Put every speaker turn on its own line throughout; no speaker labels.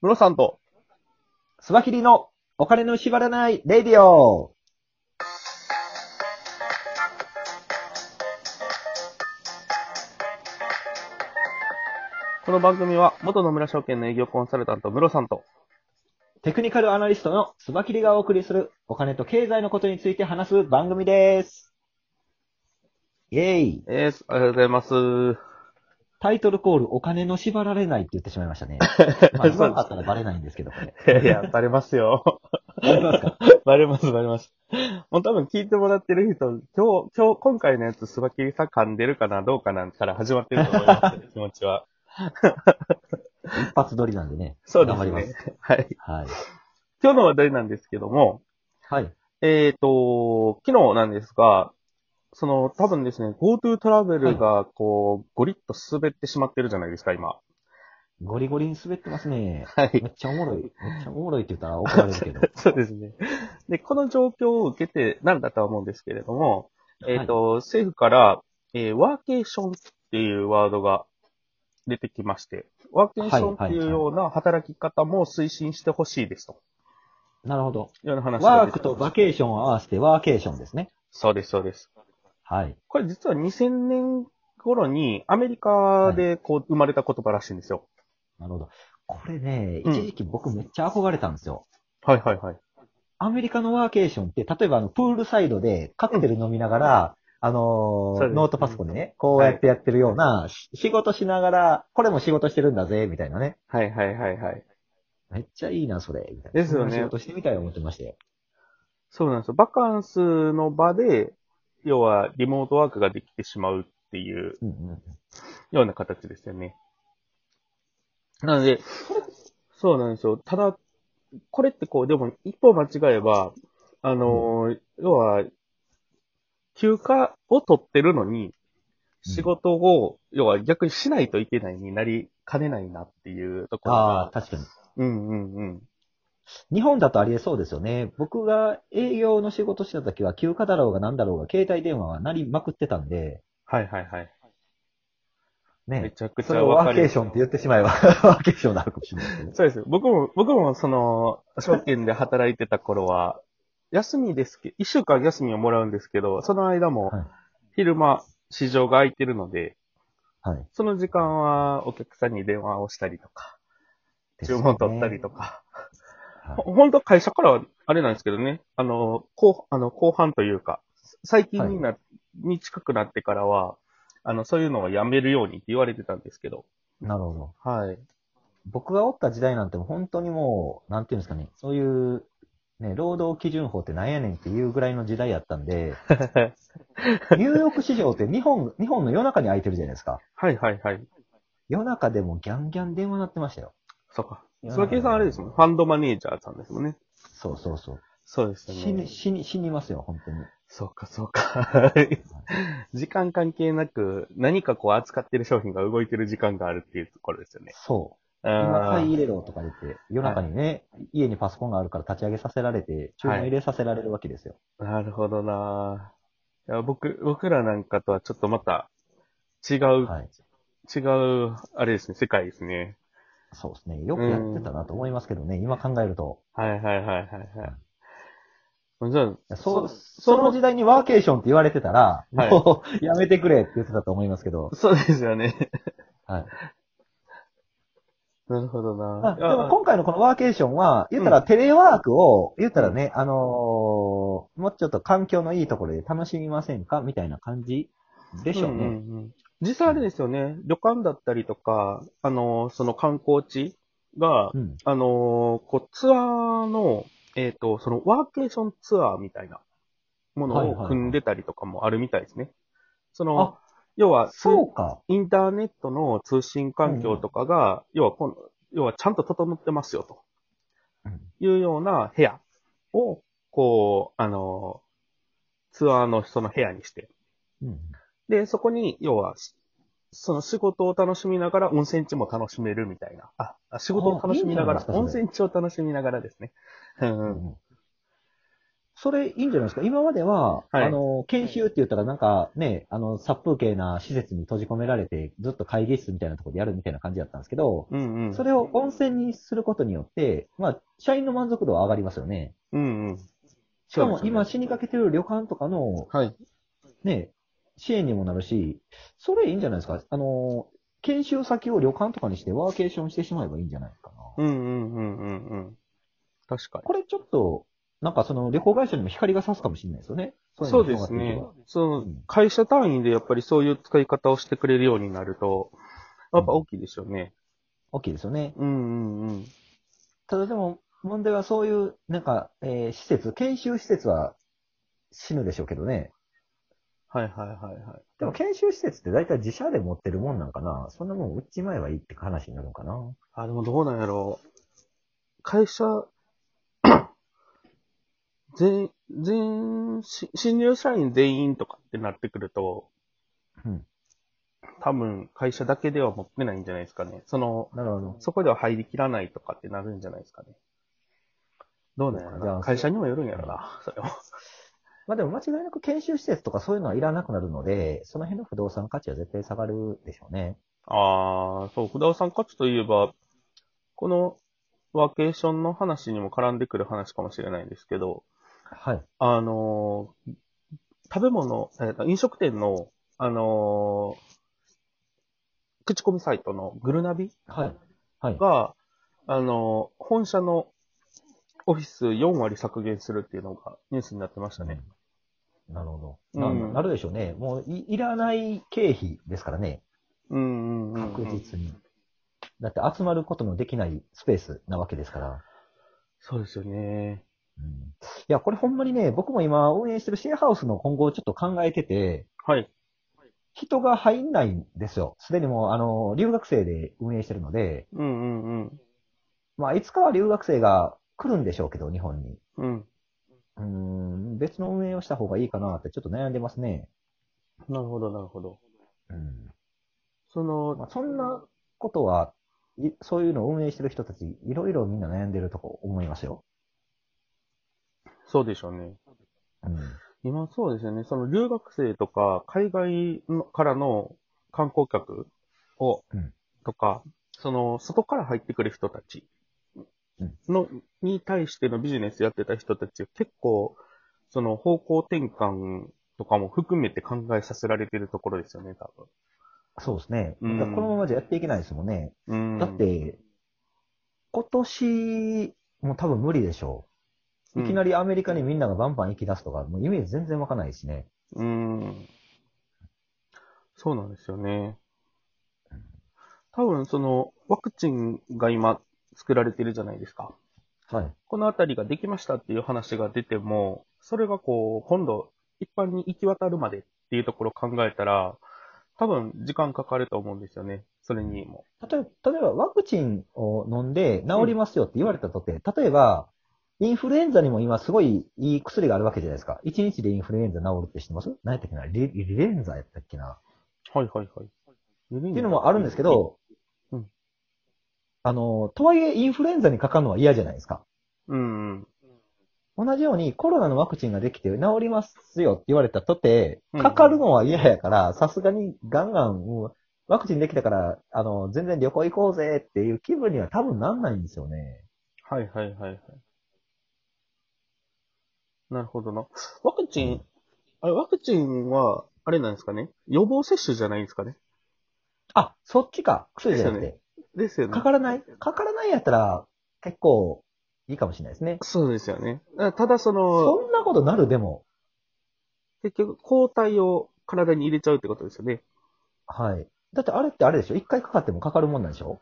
ムロさんと、スワヒリのお金の縛らないレディオ。この番組は、元野村証券の営業コンサルタント、ムロさんと、
テクニカルアナリストのスバキリがお送りするお金と経済のことについて話す番組です。イェイ
えー、ありがとうございます。
タイトルコールお金の縛られないって言ってしまいまし たね。まあ、言わなかったらバレないんですけど、これ。
いやいや、バレますよ。
ありますか
バレます、バレます。もう多分聞いてもらってる人、今日、今日、今回のやつ、スバキリさん噛んでるかな、どうかな、から始まってると思います、 気持ちは。
一発撮りなんでね。
そうですね。
頑張ります。
はい。
はい。
今日の話題なんですけども、
はい。
えっ、と、昨日なんですが、その、多分ですね、GoTo トラベルが、こう、ゴリッと滑ってしまってるじゃないですか、今。
ゴリゴリに滑ってますね。
はい
め。っちゃおもろい。めっちゃおもろいって言ったら怒られ るけど。
そうですね。で、この状況を受けてなんだとは思うんですけれども、えっ、と、政府から、えーワーケーションっていうワードが出てきまして、ワーケーションっていうような働き方も推進してほしいですと。
なるほど。
いうような話が
ワ
出て
ーク
きま
と
した
バケーションを合わせてワーケーションですね。
そうです、そうです。
はい。
これ実は2000年頃にアメリカでこう生まれた言葉らしいんですよ。
なるほど。これね、
うん
一時期僕めっちゃ憧れたんですよ。
はいはいはい。
アメリカのワーケーションって、例えばあの、プールサイドでカクテル飲みながら、あ
そ
の
う
ー
です
ノートパソコンでね、こうやってやってるような、し仕事しながら、これも仕事してるんだぜ、みたいなね。
はいはいはいはい。
めっちゃいいな、それ、みたいな。
ですよね
そんな仕事してみたいと思ってましたよ。
そうなんですよ。バカンスの場で、要はリモートワークができてしまうっていう
うんうん。
ような形ですよね。なので、そうなんですよ。ただ、これってこう、でも一歩間違えば、あのー要は、休暇を取ってるのに、仕事を、要は逆にしないといけないになりかねないなっていうところが。
ああ、確かに。
うんうんうん。
日本だとありえそうですよね。僕が営業の仕事してた時は、休暇だろうが何だろうが、携帯電話はなりまくってたんで、
はいはいはい。め
ね。
ちゃくち
そ
ゃ
れを
わ
ワ
か
ーケ
る
ー。ションって言ってしまえば、 ワーケーションになるかもしれないですね。
そうです。僕も、僕もその、証券で働いてた頃は、休みですけど、一週間休みをもらうんですけど、その間も
はい、
昼間、市場が空いてるので、
はい。
その時間はお客さんに電話をしたりとか、
です
注
よね
文取ったりとか。
はい
ほ本当会社からは、あれなんですけどね、あの、後、あの、後半というか、最近にな、に近くなってからは、あの、そういうのはやめるようにって言われてたんですけど、
なるほど。
はい。
僕がおった時代なんてもう本当にもう、なんていうんですかね、そういう、ね、労働基準法ってなんやねんっていうぐらいの時代やったん で、ニューヨーク市場って日本、日本の夜中に空いてるじゃないですか。
はいはいはい。
夜中でもギャンギャン電話鳴ってましたよ。
そうか。
いや
そばけさんあれですもん。ファンドマネージャーさんですもんね。
そうそうそう。
そうです
死
よね
に、。死に、死にますよ、本当に。
そうか、そうか。 時間関係なく、何かこう扱ってる商品が動いてる時間があるっていうところですよね。
そう。今
あ
買い
ー
入れろとか言って、夜中にね、家にパソコンがあるから立ち上げさせられて、注文入れさせられるわけですよ。
なるほどないや僕、僕らなんかとはちょっとまた違う、
はい。
違う、あれですね、世界ですね。
そうですね。よくやってたなと思いますけどね、今考えると。
はいはいはいはいはい。じゃあ、
そう、
そ
その時代にワーケーションって言われてたら、
はい
もう、 やめてくれって言ってたと思いますけど。
そうですよね。
はい。
なるほどな
まあ、でも今回のこのワーケーションは、言った
う
らテレワークを、言ったらね、あのーもうちょっと環境のいいところで楽しみませんかみたいな感じでしょうね。
んんうん実際あれですよね、旅館だったりとか、あの、その観光地が、
うん
あの、こうツアーの、えっ、と、そのワーケーションツアーみたいなも
はい
の
はいは
を
い
組んでたりとかもあるみたいですね。その
あ、
要は、
そうか。
インターネットの通信環境とかが、要はこの、要はちゃんと整ってますよ、と
うん
いうような部屋を、こう、あの、ツアーの人の部屋にして、
うん
で、そこに、要は、しその仕事を楽しみながら温泉地も楽しめるみたいな。あ、あ仕事を楽しみながら
あ、いい
温
んじゃないですかそれ
泉地を楽しみながらですね。うんうん。
うんそれいいんじゃないですか。今までは、
はい
あの、研修って言ったらなんかね、あの、殺風景な施設に閉じ込められて、ずっと会議室みたいなところでやるみたいな感じだったんですけど、
うんうん。
それを温泉にすることによって、まあ、社員の満足度は上がりますよね。
うんうん。
し
そ
かも
うですよね
今死にかけてる旅館とかの、
はい。
ね、支援にもなるし、それいいんじゃないですか。あの、研修先を旅館とかにしてワーケーションしてしまえばいいんじゃないか
う
な。
んうんうんうんうん。確かに。
これちょっと、なんかその旅行会社にも光が差すかもしれないですよね。い
そ
の
うですね。その
うん
会社単位でやっぱりそういう使い方をしてくれるようになると、やっぱ大きいですよね。
大きいですよね。
うんうんうん。
ただでも、問題はそういう、なんか、えー施設、研修施設は死ぬでしょうけどね。
はいはいはいはい。
でも研修施設って大体自社で持ってるもんなんかな。そんなもん売っちまえばいいって話になるのかな。
あ、でもどうなんやろう。会社、 全、全、し新入社員全員とかってなってくると、
うん。
多分会社だけでは持ってないんじゃないですかね。その、
なるほど。
そこでは入りきらないとかってなるんじゃないですかね。どうなんやろ
じゃ
な。
あ
会社にもよるんやろな、それは。
まあでも間違いなく研修施設とかそういうのはいらなくなるので、その辺の不動産価値は絶対下がるでしょうね。
ああ、そう、不動産価値といえば、このワーケーションの話にも絡んでくる話かもしれないんですけど、
はい。
あのー食べ物、えー飲食店の、あのー口コミサイトのグルナビ
はい。はい。
が、あのー本社のオフィス4割削減するっていうのがニュースになってましたね。
なるほど。
う
なんなるでしょうね。もういいらない経費ですからね。
うんうんうんうん。
確実に。だって集まることのできないスペースなわけですから。
そうですよね。
うん、いや、これほんまにね、僕も今応援してるシェアハウスの今後をちょっと考えてて、
はい。
人が入んないんですよ。すでにもう、あの、留学生で運営してるので、
うんうんうん。
まあ、いつかは留学生が来るんでしょうけど、日本に。
うん。
うん、別の運営をした方がいいかなってちょっと悩んでますね。
なるほど、なるほど。
うん。
その、
まあ、そんなことは、いそういうのを運営してる人たち、いろいろみんな悩んでるとこ思いますよ。
そうでしょうね。
うん。
今そうですよね。その留学生とか、海外のからの観光客を、
うん
とか、その、外から入ってくる人たち
うん
の、に対してのビジネスやってた人たち、結構、その方向転換とかも含めて考えさせられてるところですよね、多
そうですね。
うん
だからこのままじゃやっていけないですもんね。
分。うん。
だって、今年も多分無理でしょ
う
う。
ん、
いきなりアメリカにみんながバンバン行き出すとか、もうイメージ全然わかんないしね。
うん。そうなんですよね。多分、その、ワクチンが今作られてるじゃないですか。
はい。
このあたりができましたっていう話が出ても、それがこう、今度、一般に行き渡るまでっていうところを考えたら、多分、時間かかると思うんですよね。それにも。
例えば、例えばワクチンを飲んで治りますよって言われたとて、例えば、インフルエンザにも今すごいいい薬があるわけじゃないですか。1日でインフルエンザ治るって知ってます何やったっけなリリレンザやったっけな
はいはいはい。って
っていうのもあるんですけ、ど、
うん
あの、とはいえインフルエンザにかかるのは嫌じゃないですか。
うんうん。
同じようにコロナのワクチンができて治りますよって言われたとて
う、ん
かかるのは嫌やから、さすがにガンガン、もうワクチンできたから、あの、全然旅行行こうぜっていう気分には多分なんないんですよね。
はいはいはいはい。なるほどな。ワクチン、
うん
あれ、ワクチンは、あれなんですかね予防接種じゃないんですかね
あ、そっちか。薬じゃなく
です
て。
ですよね。
かからないかからないやったら、結構いいかもしれないですね。
そうですよね。だただその、
そんなことなるでも。
結局、抗体を体に入れちゃうってことですよね。
はい。だってあれってあれでしょ一回かかってもかかるもんなんでしょ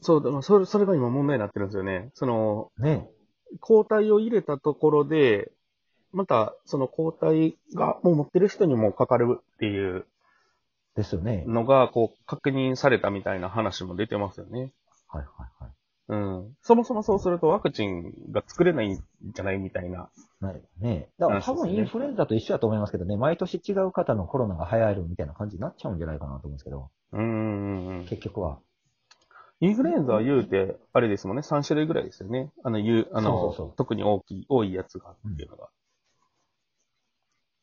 そうだ、まあ、それ、それが今問題になってるんですよね。その、
ね
抗体を入れたところで、また、その抗体が、もう持ってる人にもかかるっていう
ですよね。
のが、こう、確認されたみたいな話も出てますよね。
はいはいはい。
うん。そもそもそうするとワクチンが作れないんじゃないみたいな。
ないね。だから多
そうです
分イ
ね
ンフルエンザと一緒だと思いますけどね、毎年違う方のコロナが流行るみたいな感じになっちゃうんじゃないかなと思うんですけど、
うんうんうんうん。
結局は。
インフルエンザは言うて、あれですもんね、3種類ぐらいですよね。あの、言う、あの、
そうそうそう
特に大きい、多いやつがっていうのが。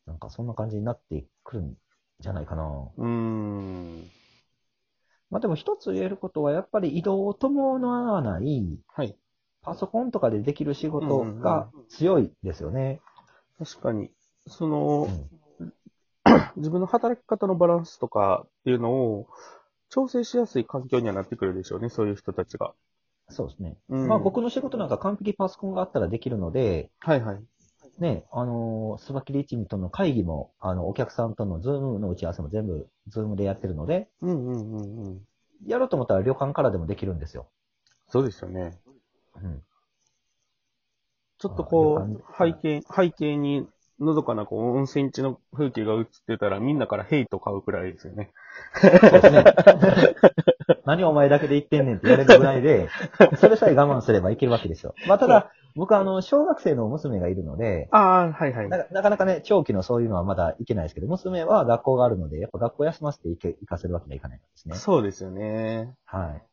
なんかそんな感じになってくるんじゃないかな。
うーん。
まあでも一つ言えることは、やっぱり移動を伴わない、
はい。
パソコンとかでできる仕事
うんうんうん
が強いですよね。
確かに、その
う、ん
自分の働き方のバランスとかっていうのを調整しやすい環境にはなってくるでしょうね、そういう人たちが。
そうですね。
うん
まあ僕の仕事なんか完璧パソコンがあったらできるので、
はいはい。
ね、あのー、スバキリチミとの会議も、あの、お客さんとのズームの打ち合わせも全部、ズームでやってるので、
うんうんうんうん。
やろうと思ったら旅館からでもできるんですよ。
そうですよね。
うん。
ちょっとこ
あいうう、
背
感
景、
じ
背景に、のどかなこう温泉地の風景が映ってたら、みんなからヘイト買うくらいですよね。
そうですね。 何お前だけで言ってんねんって言われるぐらいで、それさえ我慢すればいけるわけですよ。まあただ、僕はあの、小学生の娘がいるので、
ああ、はいはい。
なかなかなかね、長期のそういうのはまだいけないですけど、娘は学校があるので、やっぱ学校休ませて行け行かせるわけにはいかないんですね。
そうですよね。
はい。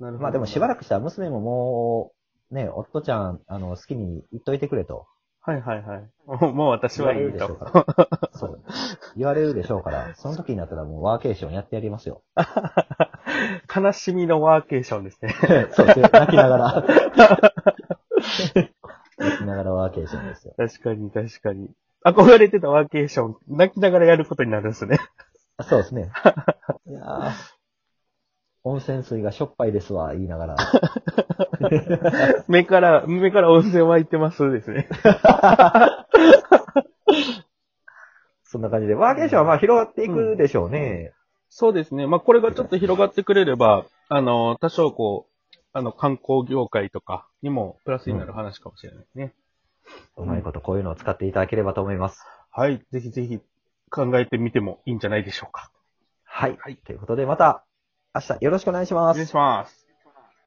なるほど。
まあでもしばら
く。
くしたら娘ももう、ね、夫ちゃん、あの、好きに言っといてくれと。
はいはいはい。もうもう私
言わ
は
れ
い
る
い
でしょう
と。
から。そう。言われるでしょうから、その時になったらもうワーケーションやってやりますよ。
悲しみのワーケーションですね。
そうですね。 泣きながら。泣きながらワーケーションですよ。
確かに確かに。憧れてたワーケーション、泣きながらやることになるんですね。
そうですね。いやー温泉水がしょっぱいですわ、言いながら。
目から、目から温泉湧いてますですね。
そんな感じで。ワーケーションはまあ広がっていくでしょうね。
そうですね。まあ、これがちょっと広がってくれれば、あの、多少こう、あの、観光業界とかにもプラスになる話かもしれないですね。
うまいことこういうのを使っていただければと思います。
はい。ぜひぜひ考えてみてもいいんじゃないでしょうか。
はい。
はい
ということで、また明日よろしくお願いし
お
ます
願い。します。